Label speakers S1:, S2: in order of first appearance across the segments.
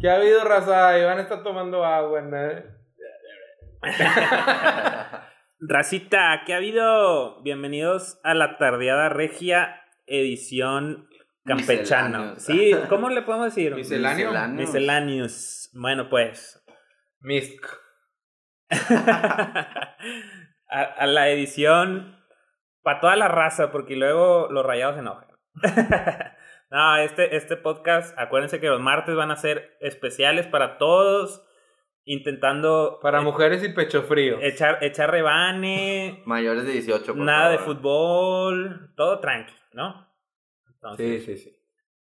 S1: ¿Qué ha habido, raza? Iván está tomando agua, ¿no?
S2: Racita, ¿qué ha habido? Bienvenidos a la Tardeada Regia, edición campechano.
S3: Misceláneo,
S2: Sí, ¿cómo le podemos decir?
S1: Misceláneo.
S2: Misceláneos. Bueno, pues.
S1: Misc.
S2: a, a la edición para toda la raza, porque luego los rayados se enojan. no, este, este podcast, acuérdense que los martes van a ser especiales para todos, intentando
S1: Para
S2: e-
S1: mujeres y pecho frío.
S2: echar, echar rebane,
S3: Mayores de 18, por
S2: nada de
S3: favor.
S2: fútbol, todo tranqui, ¿no? Entonces,
S1: Sí, sí, sí.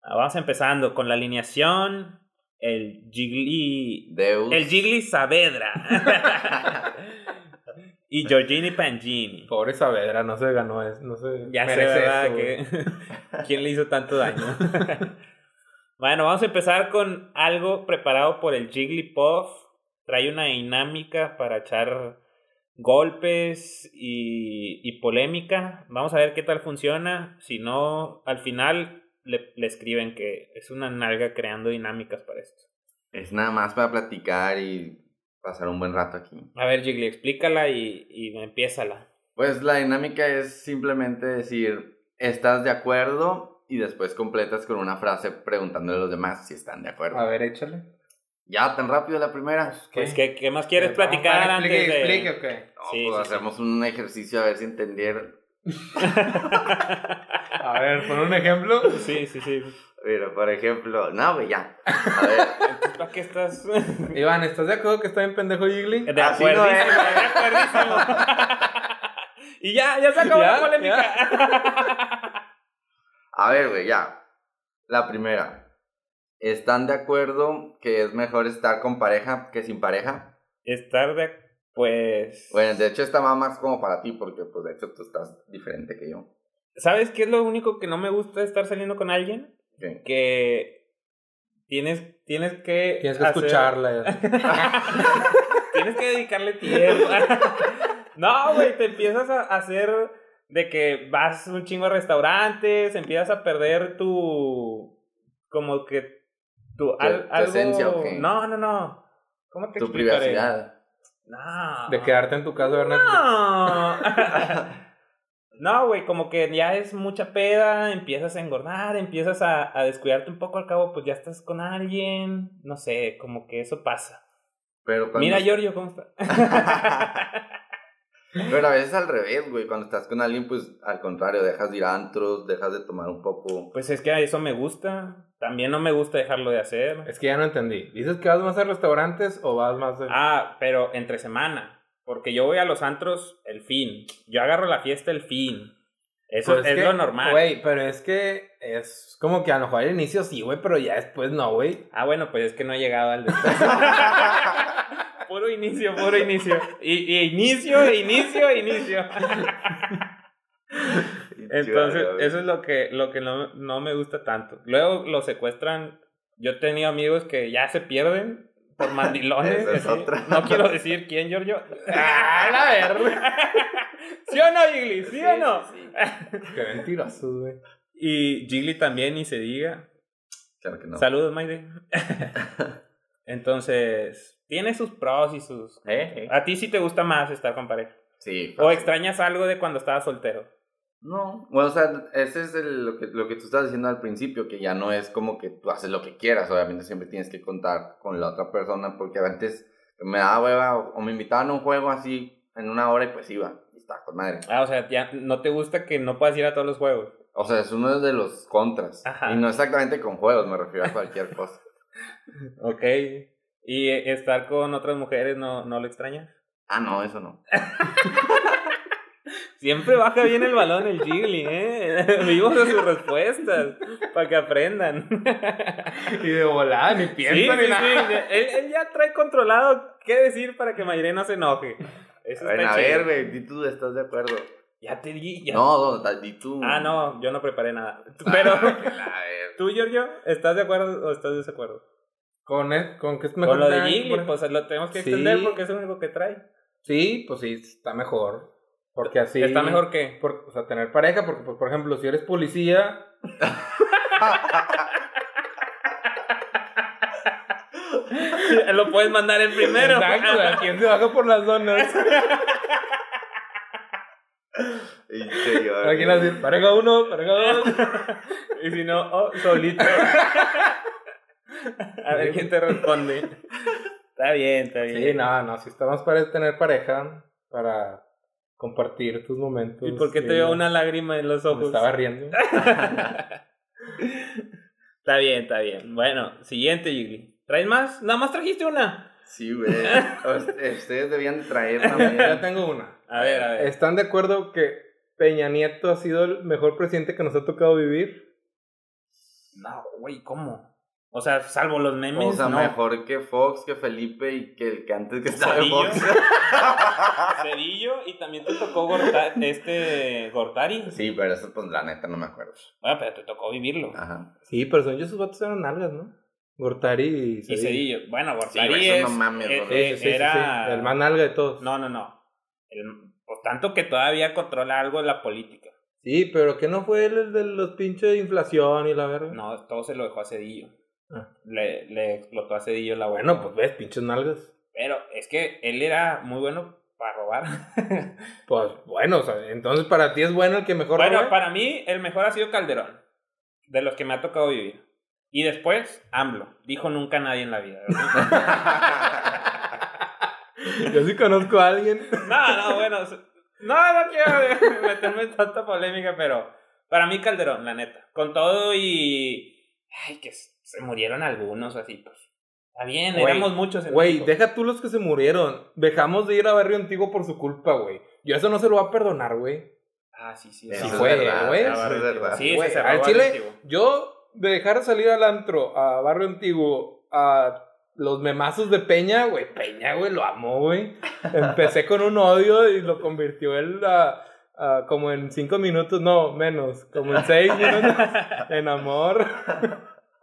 S2: Ah, Vamos empezando con la alineación. El Gigli.
S3: Deus.
S2: El Gigli Saavedra. y Giorgini Pangini.
S1: Pobre Saavedra, no se ganó eso. No se
S2: Ya sé,
S1: merece
S2: ¿verdad?
S1: eso, güey.
S2: Que- ¿Quién le hizo tanto daño? bueno, vamos a empezar con algo preparado por el Jigglypuff. Trae una dinámica para echar golpes y, y polémica. Vamos a ver qué tal funciona. Si no, al final le, le escriben que es una nalga creando dinámicas para esto.
S3: Es nada más para platicar y pasar un buen rato aquí.
S2: A ver, Jiggly, explícala y, y empiézala.
S3: Pues la dinámica es simplemente decir, ¿estás de acuerdo? Y después completas con una frase preguntándole a los demás si están de acuerdo.
S1: A ver, échale.
S3: Ya, tan rápido la primera.
S2: Pues, ¿qué, qué más quieres
S1: Eh,
S2: platicar
S1: para-
S2: antes
S1: explique, Explique,
S2: de...?
S1: ok.
S3: No,
S2: Sí,
S3: pues
S2: sí, sí.
S3: hacemos un ejercicio a ver si entendieron.
S1: A ver, pon un ejemplo.
S2: sí, sí, sí.
S3: Pero, por ejemplo, no, güey, ya. A ver,
S2: Entonces, ¿Para qué estás...?
S1: Iván, ¿estás de acuerdo que está bien pendejo Jiggly?
S2: De
S3: Así
S2: acuerdísimo,
S3: no es.
S2: de acuerdísimo. y ya, ya se acabó
S1: Ya,
S2: la polémica.
S3: a ver, güey, ya. La primera. ¿Están de acuerdo que es mejor estar con pareja que sin pareja?
S2: Estar de... Pues...
S3: Bueno, de hecho esta va más como para ti porque pues de hecho tú estás diferente que yo.
S2: ¿Sabes qué es lo único que no me gusta de estar saliendo con alguien?
S3: ¿Qué?
S2: Que tienes, tienes que...
S1: Tienes que
S2: hacer-
S1: escucharla. ya.
S2: Tienes que dedicarle tiempo. no, güey, te empiezas a hacer de que vas un chingo a restaurantes, empiezas a perder tu. como que. tu, al-
S3: tu
S2: algo.
S3: esencia, ¿o qué?
S2: No, no, no. ¿Cómo te
S3: Tu
S2: explicaré?
S3: privacidad.
S2: No.
S1: De quedarte en tu casa, Bernardo.
S2: No. No, güey, como que ya es mucha peda, empiezas a engordar, empiezas a, a descuidarte un poco, al cabo pues ya estás con alguien, no sé, como que eso pasa.
S3: Pero cuando-
S2: Mira, Giorgio, ¿cómo está?
S3: Pero a veces al revés, güey. Cuando estás con alguien, pues al contrario, dejas de ir a antros, dejas de tomar un poco.
S2: Pues es que a eso me gusta. También no me gusta dejarlo de hacer.
S1: Es que ya no entendí. ¿Dices que vas más a restaurantes o vas más a...
S2: Ah, pero entre semana. Porque yo voy a los antros el fin. Yo agarro la fiesta el fin. Eso
S1: Pues
S2: es
S1: que,
S2: lo normal.
S1: Güey, pero es que es como que a lo mejor al inicio sí, güey, pero ya después no, güey.
S2: Ah, bueno, pues es que no he llegado al después. puro inicio, puro inicio. Y, y inicio, inicio, inicio. Entonces,
S3: Chale, güey.
S2: eso es lo que, lo que no, no me gusta tanto. Luego lo secuestran. Yo he tenido amigos que ya se pierden por mandilones.
S3: Esa es
S2: así.
S3: otra.
S2: No quiero decir quién, Giorgio. ¡Ah, la verga! ¿Sí o no, Gigli? ¿Sí, o no?
S3: sí.
S1: Qué mentirosos, güey.
S2: Y Gigli también, y se diga.
S3: Claro que no.
S2: Saludos, Maide. Entonces, tiene sus pros y sus...
S3: Eh, eh.
S2: ¿A ti sí te gusta más estar con pareja?
S3: Ah, Sí.
S2: ¿O
S3: fácil.
S2: extrañas algo de cuando estabas soltero?
S3: No. Bueno, o sea, ese es el- lo, que, lo que tú estás diciendo al principio, que ya no es como que tú haces lo que quieras. Obviamente siempre tienes que contar con la otra persona, porque antes me daba hueva o, o me invitaban a un juego así en una hora y pues iba. Y estaba con madre.
S2: Ah, o sea, ya no te gusta que no puedas ir a todos los juegos.
S3: O sea, es uno de los contras.
S2: Ajá.
S3: Y no exactamente con juegos, me refiero a cualquier cosa.
S2: Ok. ¿Y eh, estar con otras mujeres no, no lo extrañas?
S3: Ah, no, eso no.
S2: Siempre baja bien el balón el Jiggly, ¿eh? Vimos a sus respuestas para que aprendan.
S1: Y de volada, ni pienso ni nada.
S2: Él, él ya trae controlado qué decir para que Mayré no se enoje. Eso
S3: Bueno,
S2: está
S3: a
S2: chido.
S3: ver, güey, di tú, ¿estás de acuerdo?
S2: Ya te di. ya-
S3: No, no, da- di tú.
S2: Ah, no, yo no preparé nada.
S3: Ah,
S2: Pero
S3: que la ver-
S2: tú, Giorgio, ¿estás de acuerdo o estás de desacuerdo?
S1: Con, el- con que es mejor.
S2: Con lo de
S1: tener-
S2: Jiggly,
S1: por-
S2: pues lo tenemos que
S1: Sí.
S2: extender porque es el único que trae.
S1: Sí, pues sí, está mejor. Porque así.
S2: ¿Está mejor que?
S1: por- o sea, tener pareja, porque, pues, por ejemplo, si eres policía.
S2: Lo puedes mandar el primero.
S1: Exacto, güey, ¿quién se baja por las donas? Aquí las dicen, pareja uno, pareja dos.
S2: Y si no, oh, solito. A ver quién te responde. Está bien, está bien.
S1: Sí, no, no, si estamos para tener pareja, para compartir tus momentos.
S2: ¿Y por qué te
S1: eh,
S2: veo una lágrima en los
S1: Me
S2: ojos?
S1: estaba riendo.
S2: Está bien, está bien. Bueno, siguiente, Jiggly. ¿Traes más? Nada más trajiste una.
S3: Sí, güey. Ustedes ustedes debían traer
S1: Yo
S3: también.
S1: tengo una.
S2: A ver, a ver.
S1: ¿Están de acuerdo que Peña Nieto ha sido el mejor presidente que nos ha tocado vivir?
S2: No, güey, ¿cómo? O sea, salvo los memes,
S3: O sea,
S2: no.
S3: mejor que Fox, que Felipe y que el que antes que estaba en
S2: Cedillo.
S3: Fox.
S2: Cerillo y también te tocó Gorta- este Gortari.
S3: Sí, pero eso, pues, la neta, no me acuerdo.
S2: Bueno, pero te tocó vivirlo.
S3: Ajá.
S1: Sí, pero son yo, sus vatos eran algas, ¿no? Gortari y
S2: y Cerillo. Bueno, Gortari
S3: güey, eso
S2: es,
S3: no mames,
S2: e-
S3: gordo.
S1: Sí, sí, sí, sí,
S2: era...
S1: sí, El más nalga de todos.
S2: No, no, no. El- Por tanto que todavía controla algo la política.
S1: Sí, pero que no fue el, el de los pinches de inflación y la verga.
S2: No, todo se lo dejó a Cedillo.
S1: Ah.
S2: Le, le explotó a Cedillo la boca.
S1: Bueno, pues ves, pinches nalgas.
S2: Pero es que él era muy bueno para robar.
S1: Pues bueno, o sea, entonces para ti es bueno el que mejor
S2: bueno,
S1: robe?
S2: para mí el mejor ha sido Calderón. De los que me ha tocado vivir. Y después, AMLO. Dijo nunca nadie en la vida.
S1: Yo sí conozco a alguien.
S2: No, no, bueno. s- No, no quiero meterme en tanta polémica, pero para mí Calderón, la neta. Con todo y. Ay, que s- se murieron algunos así, pues. Está bien,
S1: Güey,
S2: éramos muchos. en
S1: Güey,
S2: México.
S1: deja tú los que se murieron. Dejamos de ir a Barrio Antiguo por su culpa, güey. Yo eso no se lo va a perdonar, güey.
S2: Ah, sí, sí.
S1: Sí
S3: Eso es
S1: fue,
S3: verdad,
S1: güey.
S3: eso es verdad.
S2: Sí,
S1: Güey,
S2: se cerró
S1: al
S2: Barrio
S1: Chile,
S2: Antiguo.
S1: yo de dejar salir al antro, a Barrio Antiguo, a los memazos de Peña, güey. Peña, güey, lo amo, güey. Empecé con un odio y lo convirtió él a, a como en cinco minutos, no, menos, como en seis minutos en amor.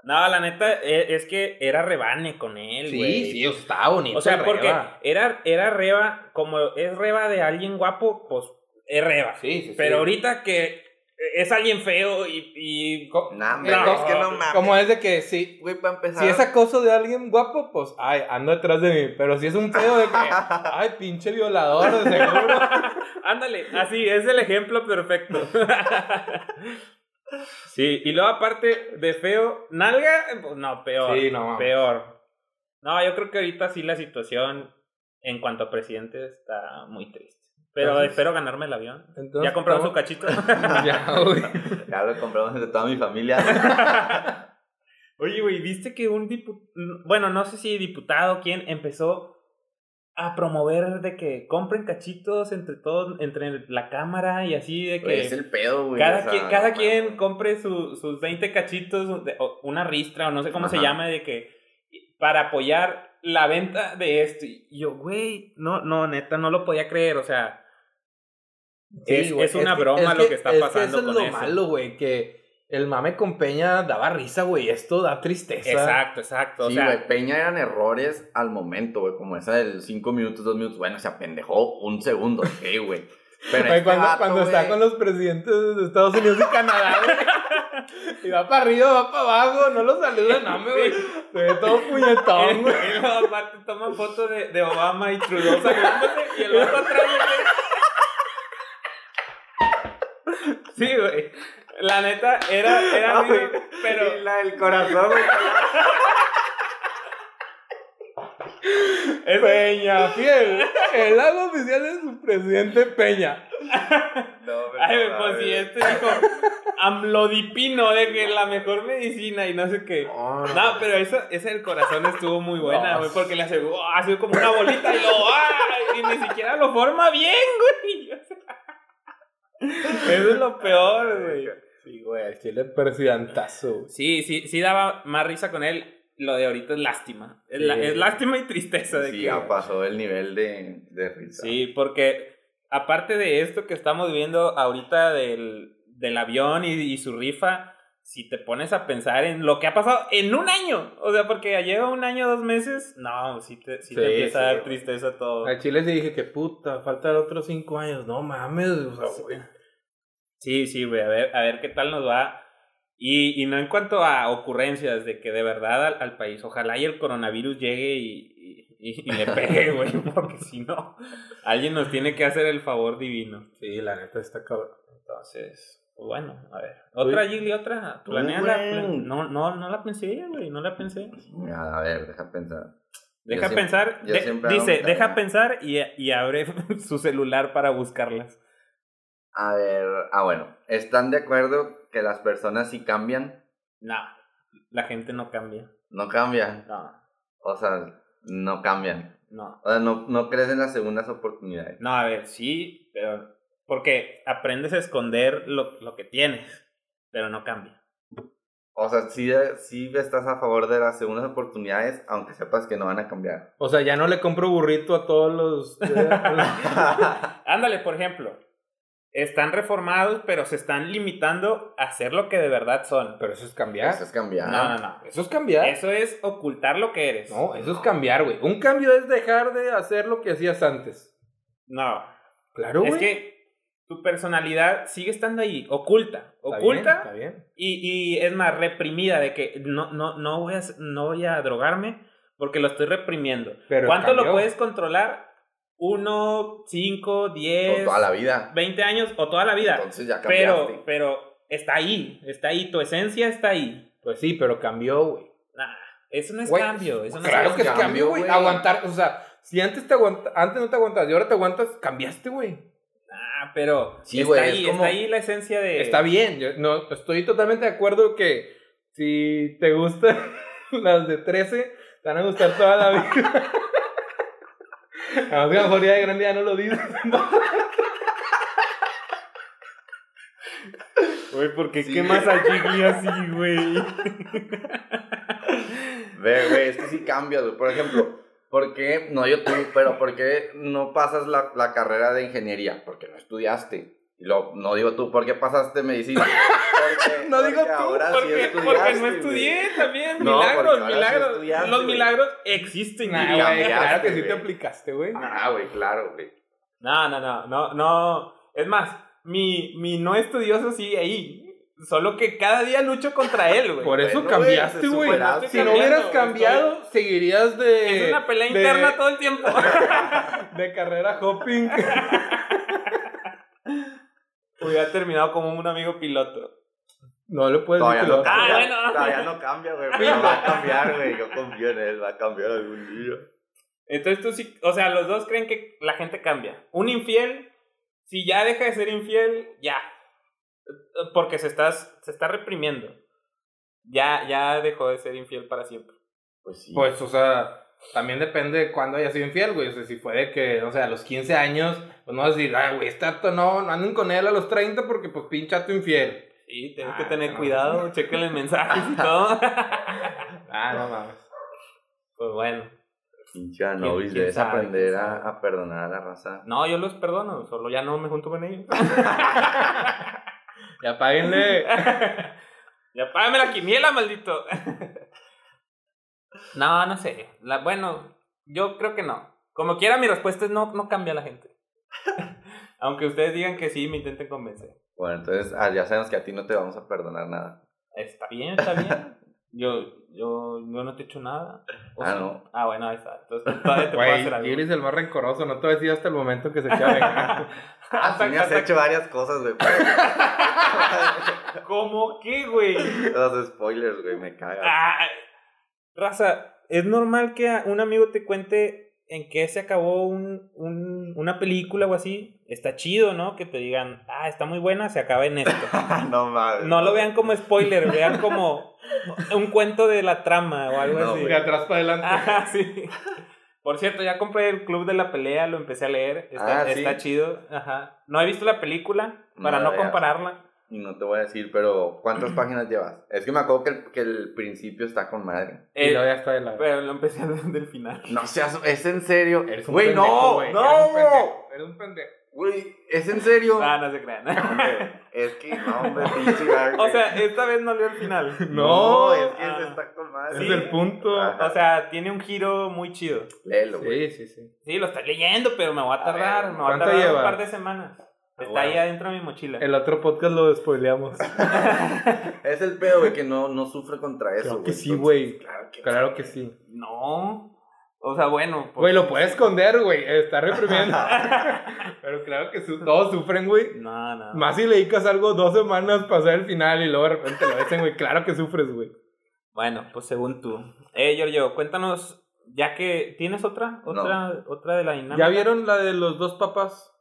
S2: No, la neta, e- es que era rebane con él, güey.
S1: o sea, estaba bonito.
S2: O sea,
S1: el
S2: porque
S1: Reba.
S2: era, era reba, como es reba de alguien guapo, pues es reba.
S1: Sí, sí, sí.
S2: Pero ahorita que e-, es alguien feo y... y-
S3: Nah,
S1: No,
S3: no, es que no mames.
S1: Como es de que sí,
S3: Güey, para empezar.
S1: Si es acoso de alguien guapo, pues, ay, ando detrás de mí. Pero si es un pedo de que, ay, pinche violador, de seguro.
S2: ándale, así, es el ejemplo perfecto. sí, y luego aparte de feo, nalga, pues, no, peor.
S1: Sí, no, mames.
S2: peor. No, yo creo que ahorita sí la situación en cuanto a presidente está muy triste. Pero
S1: Entonces-
S2: espero ganarme el avión.
S1: Entonces,
S2: ¿Ya compraron su
S1: ¿cómo?
S2: cachito?
S1: Ya, güey.
S3: Ya lo compramos entre toda mi familia.
S2: Oye, güey, ¿viste que un diputado, bueno, no sé si diputado, quién empezó a promover de que compren cachitos entre todos, entre la cámara y así, de que
S3: Güey, es el pedo, güey.
S2: cada,
S3: o sea,
S2: quien, cada
S3: no
S2: quien
S3: mames.
S2: compre su- sus 20 cachitos, de- o una ristra o no sé cómo se
S3: Ajá.
S2: llama, de que para apoyar la venta de esto. Y yo, güey, no, no, neta, no lo podía creer, o sea, es,
S1: Sí, güey,
S2: es una
S1: que-
S2: broma
S1: es
S2: lo que está
S1: es
S2: pasando
S1: eso
S2: con
S1: es lo
S2: eso.
S1: malo, güey, que el mame con Peña daba risa, güey. Esto da tristeza.
S2: exacto, exacto,
S3: Sí,
S2: o sea,
S3: güey, Peña eran errores al momento, güey. Como esa del 5 minutos, 2 minutos. Bueno, se apendejó un segundo, ok, güey. Pero
S1: Güey,
S3: este
S1: cuando
S3: vato,
S1: cuando está
S3: güey,
S1: con los presidentes de Estados Unidos y Canadá, güey. Y va para arriba, va para abajo, no lo saludan, no, me, güey. Se ve todo puñetón, güey.
S2: Y luego aparte toma foto de, de Obama y Trudeau saludándose y el otro atrás. güey. Sí, güey. La neta, era, era
S3: Ah,
S2: risa,
S3: güey.
S2: pero...
S3: y la del corazón, güey.
S2: es-
S1: Peña Fiel, el lago oficial de su presidente Peña.
S3: No, güey,
S2: Ay,
S3: no,
S2: pues si
S3: güey.
S2: este dijo amlodipino de que la mejor medicina y no sé qué.
S3: No,
S2: No, pero eso, esa del corazón estuvo muy buena,
S1: No.
S2: güey, porque le aseguró, ha sido como una bolita y lo, ¡ay! Y ni siquiera lo forma bien, güey. Eso es lo peor, güey.
S1: Sí, güey, al chile presidantazo.
S2: Sí, sí, sí daba más risa con él. Lo de ahorita es lástima. Es, la-
S1: Sí.
S2: es lástima y tristeza de
S3: Sí,
S2: que.
S3: ya pasó el nivel de, de risa.
S2: Sí, porque aparte de esto que estamos viendo ahorita del, del avión y, y su rifa, si te pones a pensar en lo que ha pasado en un año, o sea, porque lleva un año, dos meses, no, sí te, sí te
S1: Sí,
S2: empieza
S1: sí,
S2: a dar
S1: güey.
S2: tristeza todo.
S1: Al chile sí dije que puta, faltan otros cinco años. No mames, o sea, güey.
S2: Sí, sí, güey, a ver, a ver qué tal nos va Y, y no en cuanto a ocurrencias de que de verdad al, al país, ojalá y el coronavirus llegue y, y- y- y le pegue, güey, porque si no, alguien nos tiene que hacer el favor divino.
S1: Sí, la neta está cabrón.
S2: Entonces, pues bueno, a ver. Otra, Gigli, otra.
S3: Tú,
S2: Planeala.
S3: güey.
S2: plan- No, no, no la pensé, güey, no la pensé.
S3: Mira, a ver, deja pensar.
S2: Deja
S3: siempre-
S2: pensar,
S3: yo
S2: de-
S3: siempre hago
S2: dice,
S3: mi
S2: deja
S3: tarea.
S2: pensar y, y abre su celular para buscarlas.
S3: A ver, ah, bueno. ¿Están de acuerdo que las personas sí cambian?
S2: No, la gente no cambia.
S3: No cambian.
S2: No,
S3: O sea, no cambian.
S2: no.
S3: O sea, no, no crees en las segundas oportunidades.
S2: No, a ver, sí, pero... Porque aprendes a esconder lo, lo que tienes, pero no cambia.
S3: O sea, sí, sí estás a favor de las segundas oportunidades, aunque sepas que no van a cambiar.
S1: O sea, ya no le compro burrito a todos los.
S2: Ándale, por ejemplo. Están reformados, pero se están limitando a hacer lo que de verdad son.
S1: Pero eso es
S3: Eso
S1: cambiar.
S3: es cambiar.
S2: No, no, no.
S1: Eso es cambiar.
S2: Eso es ocultar lo que eres.
S1: No, eso es cambiar, güey. Un cambio es dejar de hacer lo que hacías antes.
S2: No,
S1: Claro, güey.
S2: es que tu personalidad sigue estando ahí, oculta.
S1: Está
S2: Oculta
S1: bien, está bien.
S2: Y, y es más, reprimida de que no, no, no, voy a, s- no voy a drogarme porque lo estoy reprimiendo.
S1: Pero
S2: ¿Cuánto lo
S1: cambió.
S2: puedes controlar? ¿Uno, cinco,
S3: O
S2: diez,
S3: toda la vida.
S2: veinte años o toda la vida?
S3: Entonces ya cambiaste.
S2: Pero, pero está ahí, está ahí, tu esencia está ahí.
S1: Pues sí, pero cambió, güey.
S2: Nah, eso no es
S1: Güey,
S2: cambio. Eso no es
S1: Claro
S2: cambio.
S1: que es
S3: cambio,
S1: cambio, güey.
S3: güey.
S1: Aguantar, o sea, si antes te aguanta, antes no te aguantas y ahora te aguantas, cambiaste, güey.
S2: Nah, Ah, pero
S3: Sí,
S2: está,
S3: güey, es
S2: ahí,
S3: como-
S2: está ahí la esencia de...
S1: Está bien, yo no, estoy totalmente de acuerdo que si te gustan las de 13, te van a gustar toda la vida. Además, que a lo mejor día de grande ya no lo dices.
S2: Güey, ¿por qué
S3: Sí.
S2: quemas a Jiggly así, güey?
S3: Ve, güey, es que sí cambias, güey. Por ejemplo, ¿por qué, no yo tú, pero ¿por qué no pasas la, la carrera de ingeniería? Porque no estudiaste. Y lo, no digo tú, ¿por qué pasaste medicina? Porque-
S1: No digo
S3: porque
S1: tú,
S3: ahora Ah, sí
S2: Porque,
S3: estudiaste,
S2: porque no
S3: güey.
S2: estudié también.
S3: No,
S2: milagros,
S3: porque ahora sí
S2: milagros.
S3: estudiaste,
S2: Los
S3: güey.
S2: milagros existen.
S1: Nah,
S2: Yuri.
S1: güey, claro que sí
S3: güey.
S1: te aplicaste, güey.
S3: Ah, güey, claro, güey.
S2: No, no, no, no, no. Es más, mi, mi no estudioso sigue ahí. Solo que cada día lucho contra él, güey.
S1: Por eso
S3: Bueno,
S1: cambiaste,
S3: güey, te
S1: güey.
S3: superaste.
S1: Si no hubieras
S2: Estoy-
S1: cambiado, seguirías de.
S2: Es una pelea
S1: de-
S2: interna todo el tiempo.
S1: De carrera hopping.
S2: Hubiera terminado como un amigo piloto.
S1: No le puedes
S3: Todavía
S1: decir
S3: no
S1: que lo-
S2: Ah,
S3: cambia.
S2: bueno.
S3: Todavía no cambia, güey. Pero va a cambiar, güey. Yo confío en él, va a cambiar algún día.
S2: Entonces tú sí, o sea, los dos creen que la gente cambia. Un infiel, si ya deja de ser infiel, ya. Porque se, estás, se está reprimiendo. Ya, ya dejó de ser infiel para siempre.
S3: Pues sí.
S1: Pues, o sea, también depende de cuándo haya sido infiel, güey. O sea, si fue de que, no sé, a los 15 años, pues no vas a decir, ah, güey, este harto no, no anden con él a los 30 porque, pues, pincha tu infiel.
S2: Sí, tengo
S1: Ah,
S2: que tener
S1: no.
S2: cuidado, chequen los mensajes y todo.
S1: Ah, no mames.
S2: pues bueno.
S3: Pinche
S2: ¿Quién-
S3: Anubis,
S2: quién
S3: debes
S2: sabe,
S3: aprender
S2: quién
S3: a,
S2: sabe?
S3: a perdonar a la raza.
S2: No, yo los perdono, solo ya no me junto con ellos.
S1: Ya páguenle.
S2: ya págame la quiniela, maldito. no, no sé. La, bueno, yo creo que no. Como quiera, mi respuesta es no, no cambia la gente. Aunque ustedes digan que sí, me intenten convencer.
S3: Bueno, entonces ah, ya sabemos que a ti no te vamos a perdonar nada.
S2: Está bien, está bien. Yo, yo, yo no te he hecho nada. ¿O
S3: Ah,
S2: sí?
S3: no.
S2: Ah, bueno, ahí está. Entonces todavía te puedo
S1: Güey,
S2: hacer algo.
S1: Gil es el más rencoroso. No te voy a decir hasta el momento que se echa venga. Ah,
S3: Así me has hecho varias cosas, güey.
S2: ¿Cómo qué, güey?
S3: Los spoilers, güey, me cagan.
S2: Ah, raza, es normal que a- un amigo te cuente en qué se acabó un- un- una película o así. Está chido, ¿no? Que te digan, ah, está muy buena, se acaba en esto.
S1: Ah.
S3: no mames.
S2: No lo vean como spoiler, vean como un cuento de la trama o algo
S3: No,
S2: así.
S1: De Pues atrás para adelante.
S2: Ah, sí. Por cierto, ya compré el Club de la Pelea, lo empecé a leer. Está,
S3: Ah, sí.
S2: está chido. Ajá. No he visto la película para
S3: No
S2: no,
S3: la veas.
S2: compararla.
S3: Y no te voy a decir, pero ¿cuántas páginas llevas? Es que me acuerdo que el, que el principio está con madre.
S1: Y
S2: Eh,
S1: luego ya está de la.
S2: pero lo empecé desde el final.
S3: No seas, es en serio.
S1: Eres un
S3: Güey,
S1: pendejo,
S3: no,
S1: güey. Eres un
S3: no.
S1: pendejo, Eres un pendejo.
S3: Güey, es en serio.
S2: Ah, no se crean.
S3: Hombre, es que no, hombre, pinche madre.
S2: O sea, esta vez no leo el final.
S1: No,
S3: es que
S2: ah.
S3: está con
S1: Ese
S3: madre.
S1: es el punto.
S3: Ajá.
S2: O sea, tiene un giro muy chido.
S3: Léelo, güey.
S1: Ah, Sí, sí, sí.
S2: Sí, lo estoy leyendo, pero me voy a
S3: A
S2: tardar.
S3: ver,
S2: me voy a
S1: ¿cuánto
S2: tardar un
S1: llevas?
S2: par de semanas. Está
S3: bueno.
S2: ahí adentro de mi mochila.
S1: El otro podcast lo spoileamos.
S3: Es el pedo, güey, que no, no sufre contra eso,
S1: Claro
S3: güey.
S1: que sí,
S3: Entonces,
S1: güey.
S3: Claro que
S1: Claro que sí.
S2: No. O sea, bueno. pues-
S1: Güey, lo puede esconder, güey. Está reprimiendo. Pero claro que su- todos sufren, güey.
S2: No, no.
S1: Más si le dedicas algo dos semanas para hacer el final y luego de repente lo dicen, güey. Claro que sufres, güey.
S2: Bueno, pues según tú. Eh, Giorgio, cuéntanos, ya que tienes otra, otra, otra de la dinámica.
S1: ¿Ya vieron la de los dos papas?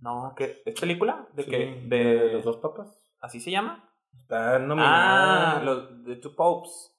S2: No, ¿qué? ¿es película? ¿De
S1: Sí,
S2: qué?
S1: De,
S2: De,
S1: los dos papas.
S2: ¿Así se llama?
S1: Están nominadas.
S2: ah, los de Two Popes.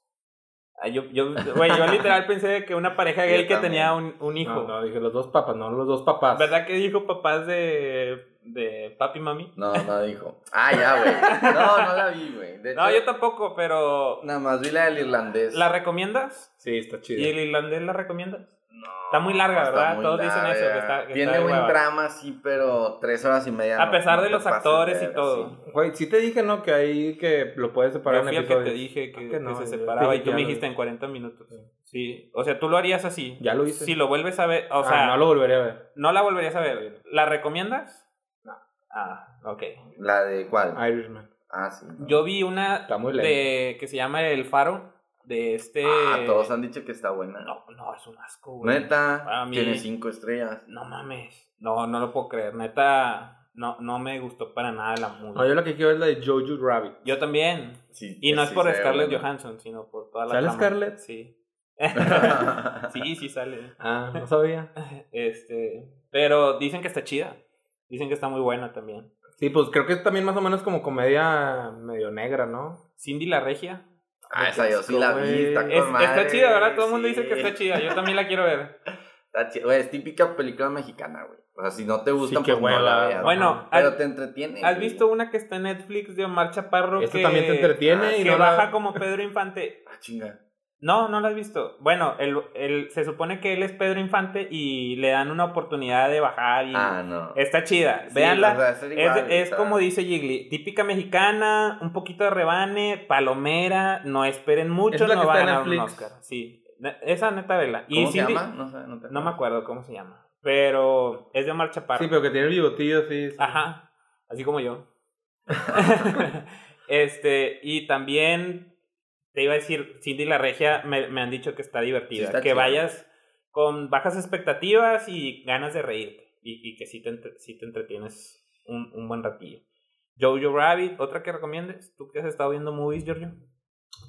S2: Ah, yo, yo, güey, yo literal pensé que una pareja gay
S3: Yo
S2: que
S3: también.
S2: tenía un, un hijo.
S1: No, no, dije los dos papas, no los dos papás.
S2: ¿Verdad que dijo papás de, de papi y mami?
S3: No, no dijo. Ah, ya, güey. No, no la vi, güey. De
S2: No,
S3: hecho,
S2: yo tampoco, pero
S3: Nada más vi la del irlandés.
S2: ¿la recomiendas?
S1: Sí, está chido.
S2: ¿Y el irlandés la recomiendas?
S3: No,
S2: Está muy larga,
S3: está
S2: ¿verdad?
S3: muy
S2: Todos dicen eso,
S3: larga.
S2: que está- que
S3: Tiene
S2: está de
S3: buen
S2: hueva.
S3: trama, sí, pero tres horas y media.
S2: A
S3: no-
S2: pesar
S3: no
S2: de
S3: te
S2: los
S3: pases
S2: actores
S3: de
S2: y
S3: ver,
S2: todo.
S3: sí.
S1: Güey, sí te dije, ¿no? Que ahí que lo puedes separar en
S2: Yo fui el que
S1: episodios.
S2: te dije que,
S1: Ah, que
S2: que
S1: no, yo
S2: se
S1: te
S2: separaba
S1: dije
S2: y tú
S1: ya
S2: me
S1: lo
S2: dijiste
S1: hice.
S2: en 40 minutos. Sí, o sea, tú lo harías así.
S1: Ya lo hice.
S2: Si lo vuelves a ver, o
S1: Ah,
S2: sea,
S1: no
S2: no,
S1: lo volveré a ver.
S2: la volverías a ver. ¿La recomiendas? Ah, ok.
S3: ¿La de cuál?
S1: Irishman.
S3: Ah, sí. no.
S2: Yo vi una
S1: Está muy lento.
S2: de, que se llama El Faro, de este...
S3: Ah, todos han dicho que está buena.
S2: No, no, es un asco, güey.
S3: Neta,
S2: Para mí-
S3: tiene cinco estrellas.
S2: No mames. No, no lo puedo creer. Neta, no, no me gustó para nada la música.
S1: No, yo lo que quiero es la de Jojo Rabbit.
S2: Yo también.
S3: Sí, pues
S2: Y no
S3: sí
S2: es por
S3: se ve
S2: Scarlett
S3: buena.
S2: Johansson, sino por toda la
S1: ¿Sale
S2: trama.
S1: Scarlett?
S2: Sí. sí, sí sale.
S1: Ah, no sabía.
S2: Este, pero dicen que está chida. Dicen que está muy buena también.
S1: Sí, pues creo que es también más o menos como comedia medio negra, ¿no?
S2: Cindy la Regia.
S3: Ah, esa yo sí la vi. Está, con
S2: Es-
S3: madre,
S2: está chida, ¿verdad? Todo el mundo dice que
S3: sí.
S2: está chida. Yo también la quiero ver.
S3: Está chi- güey, es típica película mexicana, güey. O sea, si no te gustan,
S1: Sí, qué
S3: pues no la
S1: hueva.
S3: veas.
S2: Bueno,
S3: pero
S2: ¿has-
S3: te entretiene.
S2: ¿has
S3: güey.
S2: visto una que está en Netflix de Omar Chaparro?
S1: Esto
S2: que-
S1: también te entretiene
S3: ah,
S1: y
S2: Que
S1: no la-
S2: baja como Pedro Infante.
S3: Ah, chinga.
S2: No, no la has visto. Bueno, el, el- se supone que él es Pedro Infante y le dan una oportunidad de bajar y
S3: Ah, no.
S2: está chida.
S3: Sí,
S2: Eh, Véanla.
S3: o sea, es
S2: Es,
S3: igual,
S2: es
S3: está-
S2: como dice Gigli, típica mexicana, un poquito de rebane, palomera, no esperen mucho,
S1: Es la que
S2: no
S1: está
S2: va a
S1: en
S2: ganar un
S1: Netflix.
S2: Oscar. Sí, ne- esa neta vela.
S3: ¿Cómo se llama? No sé, no te
S2: No me acuerdo cómo se llama, pero es de Omar Chaparro.
S1: Sí, pero que tiene el bigotillo, sí. sí.
S2: Ajá, así como yo. este, y también te iba a decir, Cindy la Regia me, me han dicho que está divertida,
S3: Sí, está
S2: que
S3: chida.
S2: vayas con bajas expectativas y ganas de reírte y, y que sí te, entre- sí te entretienes un, un buen ratillo. Jojo Rabbit, otra que recomiendes, tú que has estado viendo movies, Giorgio.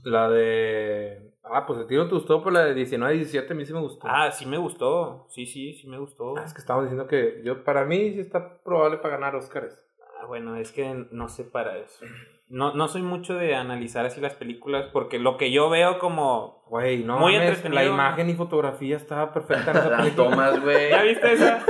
S1: La de... Ah, pues a ti no te gustó, pero la de 19 17 a mí sí me gustó.
S2: Ah, sí me gustó, sí, sí, sí me gustó.
S1: Ah, es que estamos diciendo que yo para mí sí está probable para ganar Oscars.
S2: Ah, bueno, es que no sé para eso. No, no soy mucho de analizar así las películas porque lo que yo veo como
S1: Güey, no
S2: Muy
S1: mames,
S2: entretenido.
S1: la imagen y fotografía estaba perfecta en esa
S3: Las
S1: película.
S3: tomas, güey.
S2: ¿Ya viste esa?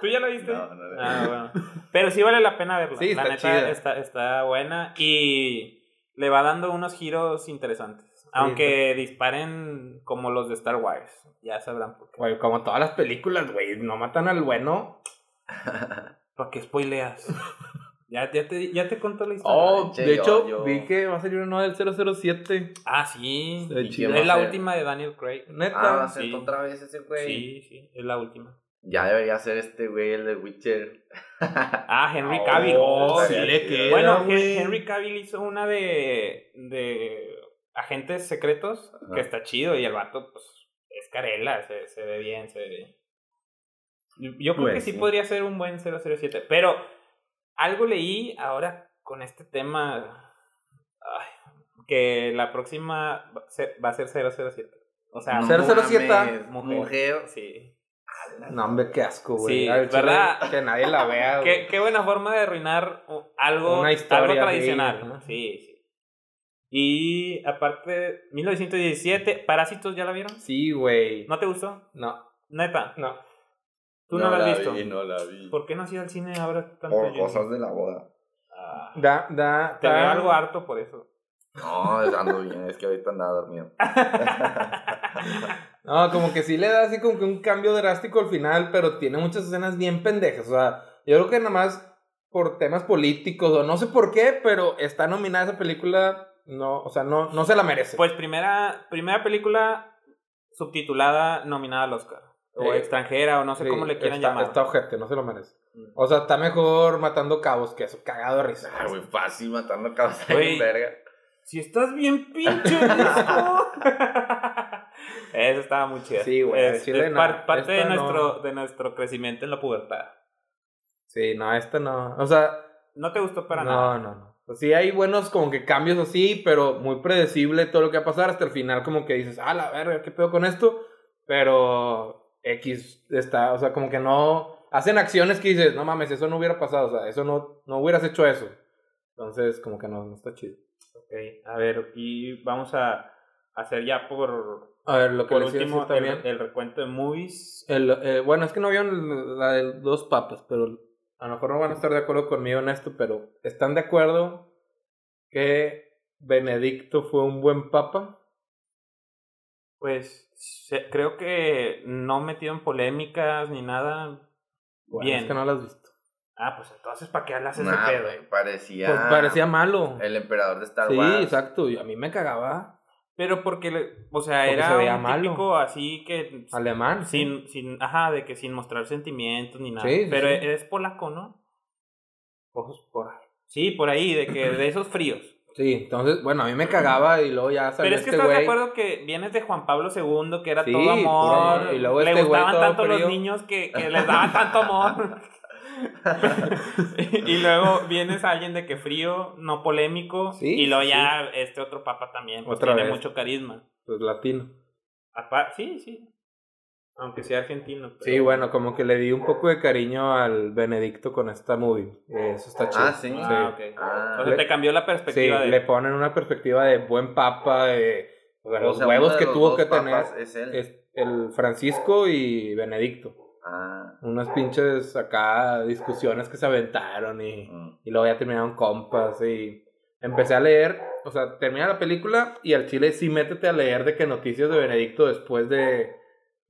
S2: ¿Tú ya la viste?
S3: No, no la
S2: Ah, bueno. Pero sí vale la pena verla.
S1: Sí, está
S2: la neta
S1: chida.
S2: Está, está buena y le va dando unos giros interesantes. Aunque disparen como los de Star Wars. Ya sabrán por qué.
S1: Güey, como todas las películas, güey, no matan al bueno.
S2: ¿Para qué spoileas? ya, ya, te, ya te contó la historia.
S1: Oh,
S3: che,
S1: de
S3: yo-
S1: hecho,
S3: yo-
S1: vi que va a salir una del 007.
S2: Ah, sí.
S1: Está
S3: ¿Y qué
S1: chido.
S3: va a
S2: Es la
S3: ser?
S2: última de Daniel Craig.
S3: Ah, va
S1: Neta.
S3: a ser
S2: Sí.
S3: otra vez ese güey.
S2: Sí, sí, es la última.
S3: Ya debería ser este güey el de Witcher.
S2: Ah, Henry
S3: Oh,
S2: Cavill.
S1: Oh, sí
S3: sí,
S1: le
S3: sí.
S1: queda,
S2: Bueno, Hen-
S1: güey.
S2: Henry Cavill hizo una de, de agentes secretos
S3: Ajá.
S2: que está chido y el vato, pues, es carela, se, se ve bien, se ve bien. Yo- Yo creo
S3: Pues,
S2: que sí,
S3: sí.
S2: podría ser un buen 007, pero algo leí ahora con este tema ay, que la próxima va a ser- va a ser 007. O sea,
S3: No
S1: 007,
S3: mames,
S2: mujer.
S3: Mujer.
S2: sí.
S1: No, hombre, qué asco, güey.
S2: Sí,
S1: Al chile,
S2: ¿verdad?
S1: Que nadie la vea,
S2: Qué,
S1: güey.
S2: qué buena forma de arruinar u- algo,
S1: Una historia,
S2: algo
S1: sí,
S2: tradicional.
S1: ajá.
S2: Sí, sí. Y aparte, 1917, Parásitos, ¿ya la vieron?
S1: Sí, güey.
S2: ¿No te gustó?
S1: No,
S2: Neta,
S1: no.
S2: tú no, la has visto.
S3: vi, no la vi.
S2: ¿Por qué no has ido al cine ahora tanto?
S3: Por
S2: Jenny?
S3: cosas de la boda.
S2: Ah,
S1: Da, da,
S2: te veo
S1: da-
S2: algo harto por eso.
S3: No, ando bien, es que ahorita andaba dormido.
S1: No, como que sí le da así como que un cambio drástico al final, pero tiene muchas escenas bien pendejas. O sea, yo creo que nada más por temas políticos o no sé por qué, pero está nominada esa película. No, o sea, no, no se la merece.
S2: Pues primera, primera película subtitulada nominada al Oscar. O
S1: Eh,
S2: extranjera, o no sé cómo le quieran
S1: está,
S2: llamar.
S1: Está ojete, no se lo merece.
S2: Mm.
S1: O sea, está mejor matando cabos que eso, cagado de risa.
S3: Ah, güey, fácil matando cabos ahí,
S2: Güey.
S3: verga.
S2: Si estás bien pinche disco. Eso estaba muy chido.
S1: Sí, güey, al
S2: Es,
S1: chile
S2: es
S1: no.
S2: par- parte de
S1: Esta no.
S2: nuestro, de nuestro crecimiento en la pubertad.
S1: Sí, no, esta no. O sea,
S2: No te gustó para
S1: no,
S2: nada.
S1: no, no. O sea, Sí hay buenos como que cambios así, pero muy predecible todo lo que va a pasar. Hasta el final como que dices, ah, la verga, ¿qué pedo con esto? Pero X está, o sea, como que no... Hacen acciones que dices, no mames, eso no hubiera pasado, o sea, eso no, no hubieras hecho eso. Entonces, como que no, no está chido.
S2: Ok, a ver, y vamos a hacer ya por,
S1: A ver, lo que
S2: por
S1: les iba a
S2: último
S1: decir
S2: el,
S1: también...
S2: el recuento de movies.
S1: El, eh, bueno, es que no vieron la de dos papas, pero a lo mejor no van a estar de acuerdo conmigo en esto, pero ¿están de acuerdo que Benedicto fue un buen papa?
S2: Pues se- creo que no metido en polémicas ni nada.
S1: Bueno,
S2: Bien.
S1: Es que no lo has visto.
S2: Ah, pues entonces, ¿para qué hablas ese
S3: Nah,
S2: pedo? eh.
S3: güey, parecía,
S1: Pues parecía malo.
S3: el emperador de Star
S1: Sí,
S3: Wars.
S1: exacto. y a mí me cagaba.
S2: Pero porque, le- o sea,
S1: Porque
S2: era
S1: se veía
S2: un
S1: malo.
S2: típico así que
S1: Alemán.
S2: sin, sin, ajá, de que sin mostrar sentimientos ni nada.
S1: Sí, sí,
S2: Pero
S1: sí.
S2: es polaco, ¿no? Ojos por ahí. Sí, por ahí, de que de esos fríos.
S1: Sí, entonces, bueno, a mí me cagaba y luego ya salió
S2: Pero es
S1: este
S2: que estás de
S1: güey.
S2: acuerdo que vienes de Juan Pablo II, que era
S1: Sí,
S2: todo amor.
S1: puro- y luego
S2: le
S1: este güey
S2: gustaban
S1: todo
S2: tanto los
S1: frío.
S2: niños que, que les daban tanto amor. y luego vienes a alguien de que frío, no polémico.
S1: Sí,
S2: y luego
S1: sí.
S2: ya este otro papa también, pues
S1: Otra
S2: tiene
S1: vez.
S2: mucho carisma.
S1: Pues latino.
S2: Apa- sí, sí. Aunque sea argentino. pero-
S1: Sí, bueno, como que le di un poco de cariño al Benedicto con esta movie. eh, Eso está chido.
S3: Ah, sí.
S2: Ah, ok.
S3: Ah.
S2: O sea, te cambió la
S1: Sí,
S2: perspectiva de...
S1: le ponen una perspectiva de buen papa, de, o sea,
S3: O
S1: los
S3: sea,
S1: huevos
S3: uno de
S1: que
S3: los
S1: tuvo
S3: dos
S1: que tener
S3: papas Es él.
S1: es el Francisco y Benedicto.
S3: Ah,
S1: Unas pinches acá discusiones que se aventaron y,
S3: mm.
S1: y luego ya terminaron compas y empecé a leer, o sea, termina la película y al chile sí métete a leer de que noticias de Benedicto después de,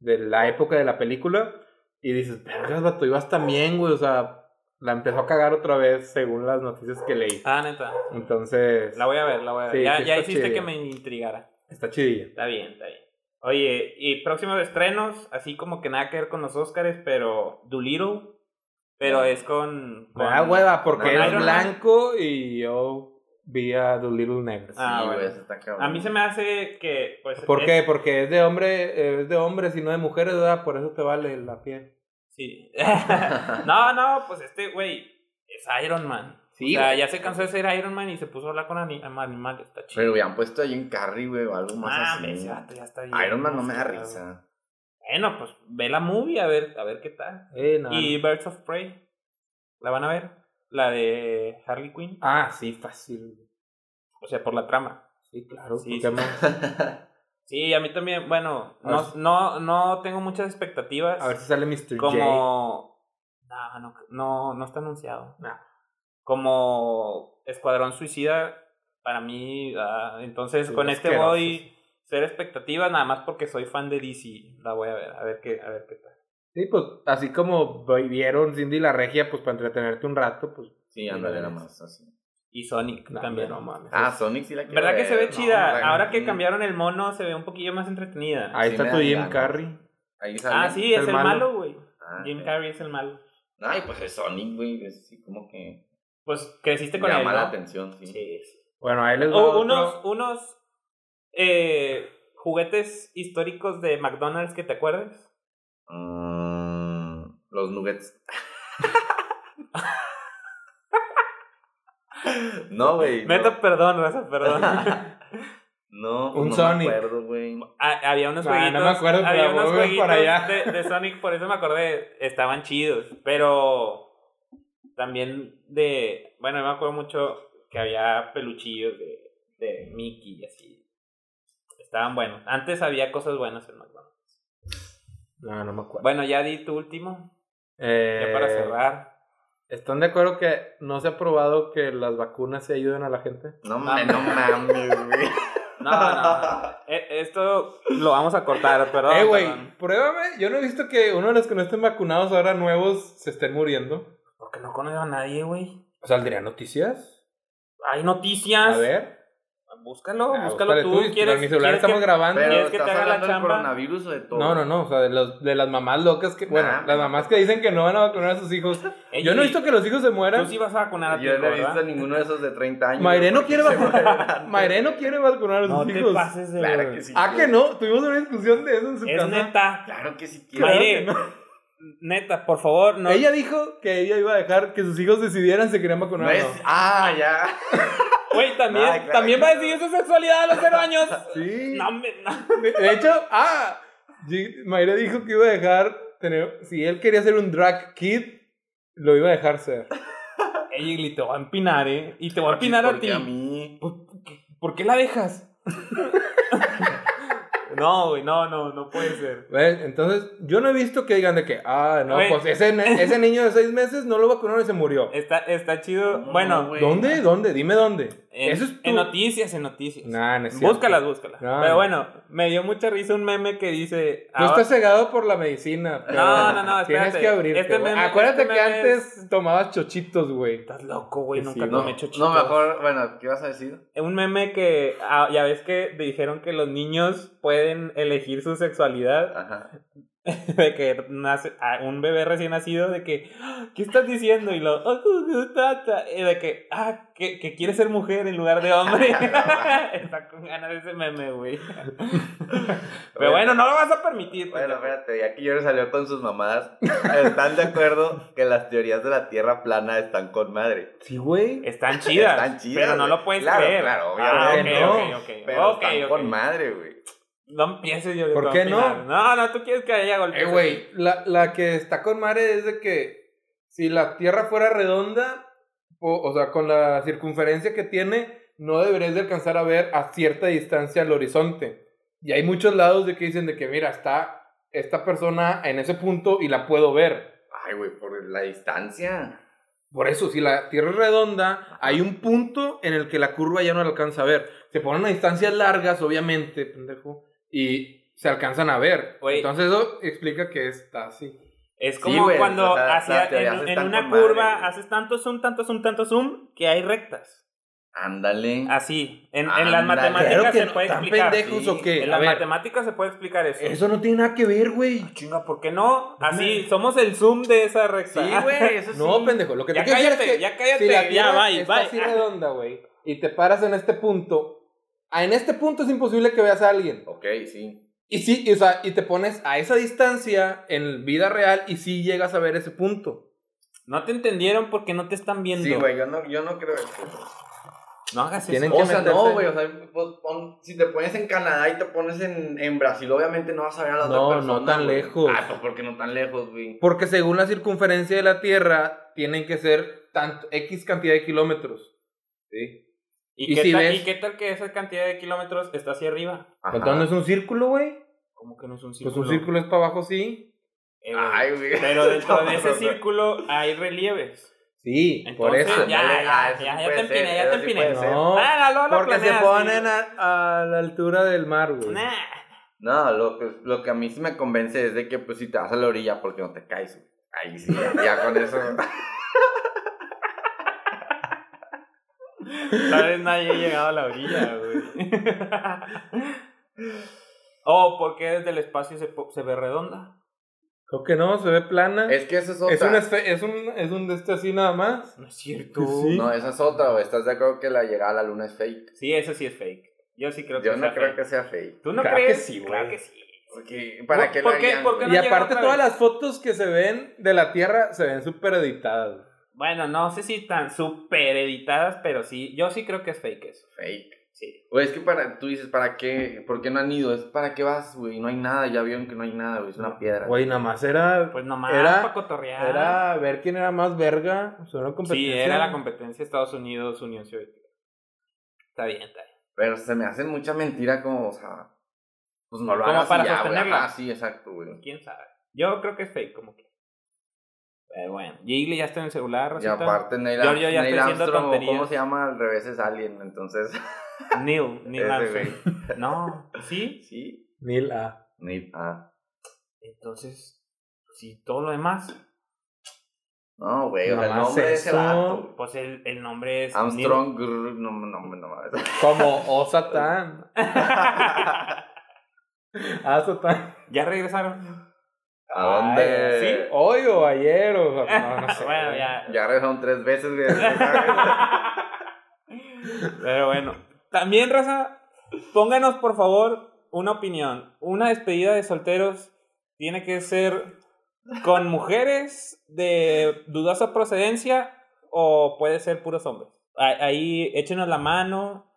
S1: de la época de la película y dices, vergas, vato, ibas también, güey, o sea, la empezó a cagar otra vez según las noticias que leí.
S2: Ah, neta.
S1: Entonces...
S2: La voy a ver, la voy a ver.
S1: Sí,
S2: ya
S1: sí
S2: ya
S1: está
S2: hiciste
S1: chida.
S2: que me intrigara.
S1: Está chidilla.
S2: Está bien, está bien. Oye, y próximos estrenos, así como que nada que ver con los Oscars, pero Doolittle, pero
S3: Ah.
S2: es con...
S1: Me
S2: con-
S1: da hueva porque
S3: con
S1: es
S2: Iron Man.
S1: blanco y yo vi a Doolittle Negro.
S2: Ah,
S3: sí, güey,
S2: bueno.
S3: eso está cabrón.
S2: A mí se me hace que... Pues,
S1: ¿Por
S2: es-
S1: qué? Porque es de hombre, eh, es de hombres y no de mujeres, ¿verdad? Por eso te vale la piel.
S2: Sí. no, no, pues este güey es Iron Man.
S1: Sí,
S2: o sea,
S1: güey.
S2: ya se cansó de ser Iron Man y se puso a hablar con ani- animales. Está chido.
S3: Pero hubieran puesto ahí un carry, güey, o algo más
S2: Mames,
S3: así.
S2: ese vato ya está bien.
S3: Iron Man no me da
S2: emocionado.
S3: risa.
S2: Bueno, pues ve la movie a ver, a ver qué tal.
S1: Eh, no,
S2: Y
S1: no.
S2: Birds of Prey, ¿la van a ver? La de Harley Quinn,
S1: Ah, sí, fácil.
S2: o sea, por la trama.
S1: Sí, claro.
S2: Sí,
S1: ¿por qué
S2: sí.
S1: más?
S2: Sí, a mí también, bueno,
S1: A
S2: no,
S1: ver si-
S2: no, no tengo muchas expectativas.
S1: A ver si sale Mr. J.
S2: como... No, no, no, no está anunciado. Como Escuadrón Suicida, para mí, ah, entonces
S1: Sí,
S2: con este
S1: asquerosos.
S2: voy ser expectativas, nada más porque soy fan de DC. La voy a ver, a ver qué, a ver qué tal.
S1: Sí, pues así como vi- vieron Cindy y la regia, pues para entretenerte un rato, pues.
S3: Sí, ándale, era más así.
S2: Y Sonic
S1: nah,
S2: también.
S1: no mames.
S3: Ah, Sonic sí la quiero
S2: ¿Verdad que
S3: ver.
S2: se ve
S3: No,
S2: chida?
S3: hombre,
S2: Ahora que
S3: mm.
S2: cambiaron el mono, se ve un poquillo más entretenida.
S1: Ahí
S3: sí me
S1: está tu
S3: dan
S1: Jim
S3: ganas.
S1: Carrey.
S3: Ahí sale.
S2: Ah, sí, Ah, es el malo, güey.
S3: Ah,
S2: Jim
S3: ok.
S2: Carrey es el malo.
S3: Ay, pues es Sonic, güey. Es así como que
S2: Pues creciste con
S3: llama
S2: él,
S3: la
S2: ¿no?
S3: atención, sí.
S2: Sí.
S1: Bueno, ahí les va.
S2: O
S1: otro.
S2: unos unos eh, juguetes históricos de McDonald's que te acuerdes.
S3: Mm, los nuggets. no, güey. no.
S2: Neta, perdón, raza, perdón.
S3: No,
S1: Un
S3: no
S1: Sonic.
S3: me acuerdo, güey.
S2: Ha- Ah, había unos
S1: Nah, Ah, no
S2: jueguitos,
S1: me acuerdo, pero
S2: había
S1: voy
S2: unos
S1: por
S2: jueguitos
S1: allá.
S2: De, de Sonic, por eso me acordé, estaban chidos, pero también de, bueno, me acuerdo mucho que había peluchillos de, de Mickey y así. Estaban buenos. Antes había cosas buenas en McDonald's.
S1: No, no me acuerdo.
S2: Bueno, ya di tu último,
S1: Eh,
S2: ya para cerrar.
S1: ¿Están de acuerdo que no se ha probado que las vacunas se ayuden a la gente?
S3: No, mames, no mames, güey.
S2: Ah. No, no, no. E- esto lo vamos a cortar, perdón.
S1: eh, güey,
S2: perdón.
S1: pruébame. Yo no he visto que uno de los que no estén vacunados ahora nuevos se estén muriendo.
S2: Porque no conozco a nadie, güey.
S1: ¿Saldrían noticias?
S2: Hay noticias.
S1: A ver.
S2: búscalo,
S1: Ah,
S2: Ah, búscalo
S1: búscale
S2: tú.
S1: tú, en
S2: ¿Quieres,
S1: mi celular
S2: quieres
S1: estamos
S2: que-
S1: grabando.
S3: Pero
S2: ¿Quieres que
S3: estás
S2: te haga la
S3: hablando del
S2: chamba?
S3: coronavirus o de todo.
S1: No, no, no, o sea, de, los, de las mamás locas que, bueno,
S3: Nah.
S1: las mamás que dicen que no van a vacunar a sus hijos.
S2: Ey,
S1: Yo no he visto que los hijos se
S2: Tú
S1: mueran.
S2: sí vas a vacunar a tu
S3: Yo
S2: hijo,
S3: no he
S2: ¿verdad?
S3: visto ninguno de esos de 30 años.
S1: Mayre no
S3: porque
S1: quiere
S3: se
S1: vacunar.
S3: mueran.
S1: Mayre no quiere vacunar a sus
S2: No te
S1: hijos.
S2: pases de
S3: Claro que sí.
S1: Ah, que
S3: quiere.
S1: no, tuvimos una discusión de eso en su
S2: Es
S1: casa.
S2: neta.
S3: Claro que sí quiere.
S1: Claro
S2: Mayre,
S1: que no.
S2: Neta, por favor, no.
S1: Ella dijo que ella iba a dejar que sus hijos decidieran si querían
S3: No
S1: vacunar o
S3: es-
S1: no.
S3: Ah, ya.
S2: Güey, también,
S3: Ay, claro
S2: también
S3: que
S2: va a
S3: no.
S2: decidir su sexualidad a los cero años.
S1: Sí.
S2: No, me, no.
S1: De, de hecho, ah, G- Mayra dijo que iba a dejar tener, si él quería ser un drag kid, lo iba a dejar ser.
S2: Ey, Igli, te voy a empinar, ¿eh? Y te voy a empinar a
S3: ¿Por qué
S2: ti.
S3: Ah, A mí.
S2: ¿Por qué la dejas? no, güey, no, no, no puede ser.
S1: ¿Ves? Entonces, yo no he visto que digan de que, ah, no,
S2: Güey.
S1: pues ese, ne- ese niño de seis meses no lo vacunaron y se murió.
S2: Está, está chido.
S3: No,
S2: bueno,
S3: güey.
S1: ¿Dónde? ¿Dónde? Dime dónde.
S2: en,
S1: Eso es
S2: en
S1: tu...
S2: noticias, en noticias.
S1: Nah, no es cierto.
S2: búscalas, búscalas.
S1: No,
S2: Pero
S1: no.
S2: bueno, me dio mucha risa un meme que dice.
S1: Tú
S2: ahora-
S1: estás cegado por la medicina. pero
S2: Ah, No, no, no,
S1: Tienes
S2: espérate.
S1: que abrirte.
S2: Este
S1: güey.
S2: meme-
S1: Acuérdate
S2: este
S1: que
S2: meme
S1: antes tomabas chochitos, güey.
S2: Estás loco, güey,
S1: Que
S2: nunca
S1: sí,
S3: No,
S2: comí chochitos.
S3: no, mejor, bueno, ¿qué vas a decir?
S2: Un meme que, ah, ya ves que dijeron que los niños pueden elegir su sexualidad,
S3: Ajá.
S2: de que nace a un bebé recién nacido, de que, "Ah, ¿qué estás diciendo? Y lo, "Oh, uh, uh, tata", y de que, ah, que, que quiere ser mujer en lugar de hombre. Está con ganas de ese meme, güey. Pero bueno, no lo vas a permitir.
S3: Bueno,
S2: pendejo.
S3: espérate, ya que Jorge salió con sus mamadas, ¿están de acuerdo que las teorías de la Tierra plana están con madre?
S1: Sí, güey.
S2: Están chidas,
S3: Están chidas,
S2: pero no
S3: güey.
S2: lo puedes
S3: Claro,
S2: creer.
S3: claro,
S2: Ah, ok,
S3: obviamente
S1: no,
S2: ok, ok.
S3: Pero
S2: Ok,
S3: están
S2: ok.
S3: con madre, güey.
S2: No empieces yo.
S1: ¿Por
S2: yo
S1: qué
S2: te
S1: no?
S2: voy a opinar. No, no, tú quieres que haya golpes.
S1: Eh, güey, la, la que está con madre es de que si la Tierra fuera redonda, o, o sea, con la circunferencia que tiene, no deberías de alcanzar a ver a cierta distancia al horizonte. Y hay muchos lados de que dicen de que, mira, está esta persona en ese punto y la puedo ver.
S3: Ay, güey, por la distancia.
S1: Por eso, si la Tierra es redonda, hay un punto en el que la curva ya no alcanza a ver. Se ponen a distancias largas, obviamente, pendejo, y se alcanzan a ver.
S2: Güey.
S1: Entonces eso explica que está así.
S2: Es
S3: Sí,
S2: como
S3: güey,
S2: cuando
S3: o sea,
S2: hacia-
S3: las teorías
S2: en, en
S3: están
S2: una
S3: con madre,
S2: curva
S3: güey.
S2: haces tanto zoom, tanto zoom, tanto zoom que hay rectas.
S3: Ándale.
S2: Así. En, en las
S3: Ándale.
S2: matemáticas
S1: Claro que
S2: se
S1: no,
S2: puede
S1: ¿tan
S2: explicar.
S1: pendejos o
S3: sí.
S1: qué?
S2: En
S1: A
S2: las
S1: ver,
S2: matemáticas se puede explicar eso.
S1: eso no tiene nada que ver, güey.
S2: Chinga, ¿por qué no? Así, somos el zoom de esa recta.
S3: Sí, güey, eso sí.
S1: No, pendejo, lo que
S2: Ya
S1: te quiero
S2: cállate,
S1: decir es que
S2: ya cállate,
S1: si la
S2: ya,
S1: Tierra
S2: bye,
S1: está
S2: bye.
S1: así redonda, güey, y te paras en este punto, ah, en este punto es imposible que veas a alguien.
S3: Ok, sí.
S1: Y sí, y, o sea, y te pones a esa distancia en vida real y sí llegas a ver ese punto.
S2: No te entendieron porque no te están viendo.
S3: Sí, güey, yo no, yo no creo eso.
S2: No hagas eso.
S1: Tienen que
S3: O sea,
S1: meterse.
S3: no, güey, o sea, pues, pon- si te pones en Canadá y te pones en, en Brasil, obviamente no vas a ver a la
S1: No,
S3: otra persona.
S1: no tan
S3: güey.
S1: lejos.
S3: Ah, pues porque no tan lejos, güey.
S1: Porque según la circunferencia de la Tierra, tienen que ser tanto, X cantidad de kilómetros. ¿Sí?
S2: ¿Y,
S1: Y
S2: qué
S1: si
S2: tal,
S1: ves-
S2: ¿Y qué tal que esa cantidad de kilómetros está hacia arriba?
S3: Ajá.
S1: Entonces no es un círculo, güey.
S2: Como que no es un círculo.
S1: Pues un círculo es para abajo, sí.
S2: Eh,
S3: Ay, güey.
S2: Pero dentro de ese
S3: No, no, no.
S2: círculo hay relieves.
S1: Sí, por
S2: Entonces,
S1: eso.
S2: Ya,
S3: Ándale,
S2: ya,
S3: ah, eso
S2: ya,
S3: sí
S2: ya
S3: puede
S2: te empiné,
S3: ser,
S2: ya
S3: eso
S2: te
S3: sí
S2: empiné.
S3: puede ser.
S1: No,
S2: Ah, luego lo
S1: porque se
S2: planeas,
S1: ponen
S2: sí.
S1: a, a la altura del mar, güey.
S2: Nah.
S3: No, lo que, lo que a mí sí me convence es de que, pues, si te vas a la orilla, porque no te caes, güey. Ahí sí, ya, ya con eso.
S2: Tal vez nadie ha llegado a la orilla, güey. oh, porque desde el espacio se, po- se ve redonda.
S1: Creo que no, se ve plana. Es,
S3: es que esa es otra.
S1: un, esfe- es un es un de este así nada más.
S2: No es cierto.
S1: Sí.
S3: No, esa es otra, güey. ¿Estás de acuerdo que la llegada a la luna es fake?
S2: Sí, eso sí es fake. Yo sí creo que
S3: Yo
S2: es
S3: no creo
S2: fake.
S3: que sea fake.
S2: ¿Tú no
S1: Claro que
S2: crees?
S1: sí, güey.
S2: Claro que sí.
S3: Porque, ¿para
S2: ¿Por-
S3: qué
S2: por
S3: la
S2: qué-
S3: harían,
S2: por
S3: güey?
S2: qué
S1: Y
S2: no llega
S1: aparte
S2: otra
S1: todas
S2: vez?
S1: las fotos que se ven de la Tierra se ven súper editadas.
S2: Bueno, no sé si tan super editadas, pero sí. Yo sí creo que es fake eso.
S3: Fake.
S2: Sí.
S3: Güey, es que para, tú dices, ¿para qué? ¿Por qué no han ido? Es para qué vas, güey. No hay nada, ya vieron que no hay nada, güey. Es una piedra.
S1: Güey, nada más era
S2: Pues nomás
S1: Era-
S2: para cotorrear.
S1: Era ver quién era más verga. O sea, una
S2: Sí,
S1: competencia.
S2: era la competencia Estados Unidos, Unión Soviética. Está bien, está bien.
S3: Pero se me hace mucha mentira como, o sea, pues no lo
S2: Como
S3: hagas
S2: para
S3: y ya, güey.
S2: sostenerla.
S3: Ajá, sí, exacto, güey.
S2: ¿Quién sabe? Yo creo que es fake, como que. Pero bueno, Jiggly ya está en el celular,
S3: Y
S2: Rosita.
S3: aparte Neil,
S2: Yo- yo ya
S3: Neil
S2: estoy haciendo
S3: Armstrong, o ¿cómo
S2: tonterías.
S3: se llama? Al revés es Alien, entonces.
S2: Neil, Neil
S3: ese
S2: Armstrong. No,
S3: güey.
S2: sí.
S3: Sí.
S1: Neil A.
S3: Neil, ah.
S2: Entonces, sí, todo lo demás.
S3: No, güey, o sea, el
S1: Nomás
S3: nombre de ese
S1: eso.
S3: vato.
S2: Pues el, el nombre es.
S3: Armstrong, grr, no, no, no, no, mames.
S1: Como O Satán. Ah, Satán.
S2: Ya regresaron.
S3: ¿A dónde?
S2: Ay, ¿sí?
S1: Hoy o ayer o no, no sé.
S2: bueno, ya.
S3: Ya regresaron tres veces, güey.
S2: Pero bueno. También, raza, pónganos por favor una opinión. Una despedida de solteros tiene que ser con mujeres de dudosa procedencia o puede ser puros hombres. A- Ahí échenos la mano.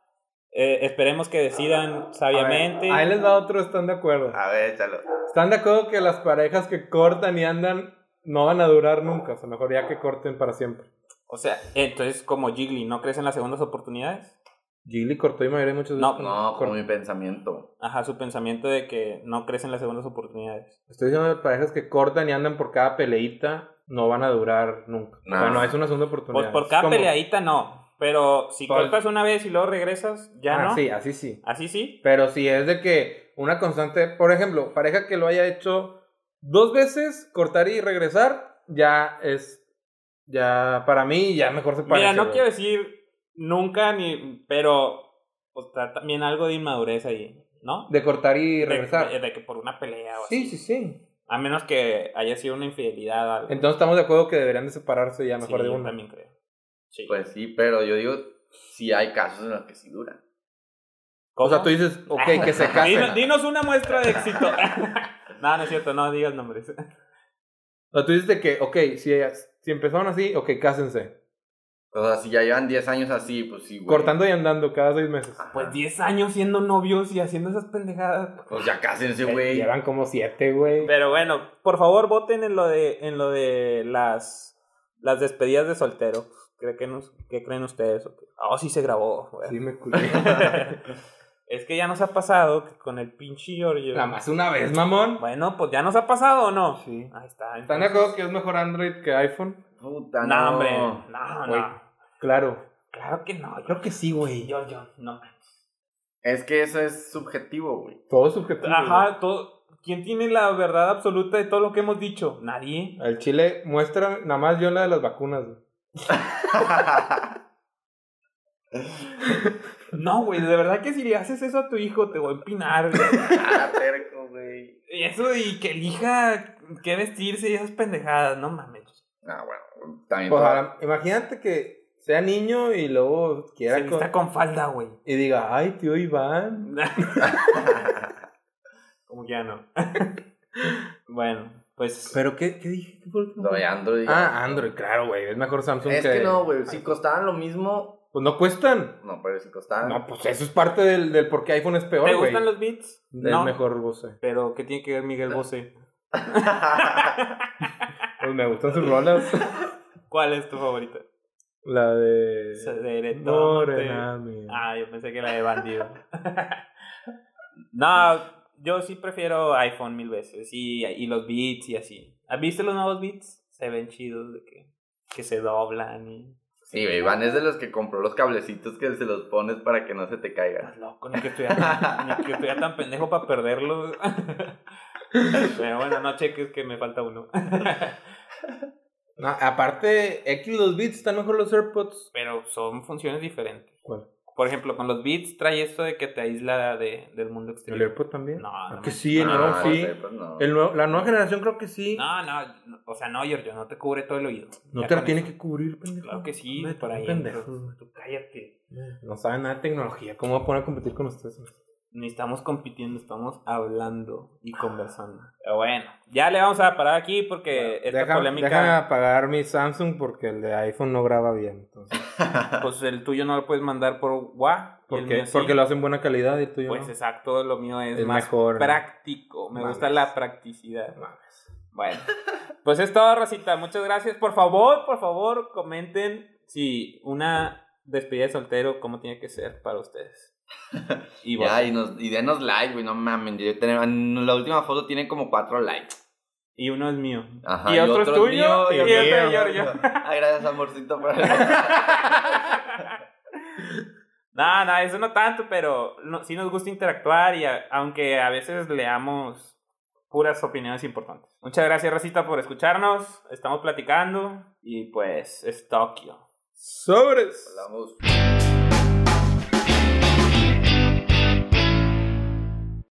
S2: eh, esperemos que decidan
S1: A ver,
S2: sabiamente.
S1: Ahí les da otro, están de acuerdo.
S3: A ver, échalo.
S1: Están de acuerdo que las parejas que cortan y andan no van a durar nunca. O sea, mejor ya que corten para siempre.
S2: O sea, entonces como Jiggly, ¿no crees en las segundas oportunidades?
S1: Gilly cortó y mayoría muchas veces.
S2: No,
S1: con-
S3: No,
S1: con-
S3: con mi pensamiento.
S2: Ajá, su pensamiento de que no crees en las segundas oportunidades.
S1: Estoy diciendo que parejas que cortan y andan por cada peleita no van a durar nunca.
S3: No.
S1: O sea, no es una segunda oportunidad.
S2: Pues por cada
S1: Es como-
S2: peleadita no, pero si
S1: Por-
S2: cortas una vez y luego regresas, ya
S1: Ah,
S2: no.
S1: sí, así sí.
S2: Así sí.
S1: Pero si es de que una constante, por ejemplo, pareja que lo haya hecho dos veces, cortar y regresar, ya es, ya para mí, ya mejor se parece.
S2: Mira, no quiero decir nunca ni, pero pues, está también algo de inmadurez ahí, ¿no?
S1: De cortar y
S2: De-
S1: regresar.
S2: De, de que por una pelea o
S1: sí, sí,
S2: así.
S1: sí.
S2: A menos que haya sido una infidelidad. o algo.
S1: Entonces estamos de acuerdo que deberían de separarse ya mejor de
S2: Sí, yo
S1: uno.
S2: también creo. Sí.
S3: Pues sí, pero yo digo, sí hay casos en los que sí duran.
S1: O sea,
S2: ¿Cómo?
S1: tú dices, ok, que se casen.
S2: Dino- dinos una muestra de éxito. no, no es cierto, no digas nombres.
S1: O sea, tú dices de que, ok, si, ellas- si empezaron así, ok, cásense.
S3: O sea, si ya llevan 10 años así, pues sí, güey.
S1: Cortando y andando cada seis meses.
S3: Ajá.
S2: Pues 10 años siendo novios y haciendo esas pendejadas.
S3: Pues ya
S1: Eh,
S3: cásense, güey.
S1: Llevan como siete, güey.
S2: Pero bueno, por favor voten en lo de, en lo de las, las despedidas de soltero. ¿Cree que nos- ¿Qué creen ustedes? Oh, sí se grabó. güey.
S1: Sí, me culé.
S2: es que ya nos ha pasado que con el pinche Giorgio.
S1: Nada más una vez, mamón.
S2: Bueno, pues ya nos ha pasado o no.
S1: Sí.
S2: Ahí está.
S1: ¿Están de acuerdo que es mejor Android que iPhone?
S3: Puta,
S2: No,
S3: no.
S2: hombre. No,
S1: Güey.
S2: no.
S1: Claro.
S2: Claro que no. Yo,
S1: Creo que sí, güey.
S2: yo, yo, no.
S3: Es que eso es subjetivo, güey.
S1: Todo es subjetivo.
S2: Ajá, todo. ¿Quién tiene la verdad absoluta de todo lo que hemos dicho? Nadie.
S1: güey. Al chile muestra nada más yo la de las vacunas. güey.
S3: Ah,
S2: No, güey, de verdad que si le haces eso a tu hijo te voy a empinar. güey.
S3: ah, terco, güey.
S2: Y eso, y que elija qué vestirse y esas pendejadas, no mames.
S3: Ah, bueno. También.
S1: Pues,
S3: todo-
S1: ahora, imagínate que sea niño y luego
S2: Se
S1: quiera
S2: vista
S1: con-
S2: con falda, güey.
S1: y diga, ay, tío Iván.
S2: Como que ya no. bueno, pues.
S1: ¿Pero qué, qué dije? ¿Qué fue lo que-
S3: Lo de Android.
S1: Ah, Android, claro, güey. Es mejor Samsung
S3: Es que no, güey. Si costaban lo mismo.
S1: Pues no cuestan.
S3: No, pero si costaban.
S1: No, pues eso es parte del, del por qué iPhone es peor,
S2: ¿Te
S1: güey.
S2: gustan los beats?
S1: Es mejor Bose.
S2: Pero, ¿qué tiene que ver Miguel Bosé?
S1: Pues me gustan sus rolas.
S2: ¿Cuál es tu favorita?
S1: Eh, La de...
S2: Seré
S1: Morena, mía.
S2: Ah, yo pensé que la de bandido. no, yo sí prefiero iPhone mil veces. Y, y los beats y así. ¿Has visto los nuevos beats? Se ven chidos de que, que se doblan y.
S3: Sí, güey. Iván es de los que compró los cablecitos que se los pones para que no se te caigan.
S2: Estás loco, ni que estuviera, ni que estuviera tan pendejo para perderlo. Pero bueno, no cheques que me falta uno.
S1: No, aparte, X los beats están mejor los AirPods.
S2: Pero son funciones diferentes.
S1: ¿Cuál?
S2: Por ejemplo, con los beats trae esto de que te aísla de, del mundo
S1: ¿El
S2: exterior.
S1: AirPod también?
S2: No,
S1: Ah,
S2: no
S1: que
S2: me-
S1: sí, el
S3: No,
S1: nuevo
S3: no
S1: sí.
S3: sé, pues no.
S1: El nuevo- la nueva generación creo que sí. No,
S2: No, no, no, o sea, no, Giorgio, no te cubre todo el oído. Ya
S1: te la
S2: con
S1: tiene
S2: eso-
S1: que cubrir, pendejo.
S2: Claro que sí,
S1: Hombre,
S2: por ahí.
S1: pendejo.
S2: pero Tú cállate.
S1: No saben nada de tecnología. ¿Cómo va a poner a competir con ustedes?
S2: Ni estamos compitiendo, estamos hablando y conversando. Pero bueno, ya le vamos a parar aquí porque esta
S1: Ah. Deja,
S2: polémica,
S1: deja apagar mi Samsung porque el de iPhone no graba bien. entonces.
S2: pues el tuyo no lo puedes mandar por WA. y el
S1: ¿Por qué?
S2: mío sí.
S1: Porque lo hacen buena calidad y tú y yo
S2: Pues
S1: no.
S2: exacto, lo mío es,
S1: Es
S2: más
S1: mejor, ¿no?
S2: práctico. Me
S1: Mames.
S2: gusta la practicidad.
S1: Mames.
S2: Bueno, pues es todo, Racita. Muchas gracias. Por favor, por favor, comenten si una despedida de soltero, cómo tiene que ser para ustedes. Y bueno,
S3: Ya, y, nos, y denos like, güey. No mames. yo tenía- la última foto tiene como 4 likes.
S2: y uno es mío.
S3: Ajá,
S2: y, otro es tuyo.
S3: mío,
S2: y
S3: otro
S2: otro
S3: mío.
S2: es Giorgio.
S3: Ay, gracias, amorcito, por el...
S2: No, no, eso no tanto, pero no- sí nos gusta interactuar y a- aunque a veces leamos puras opiniones importantes. Muchas gracias, Racita, por escucharnos. Estamos platicando y pues es Tokio.
S1: Sobres.
S3: Hablamos.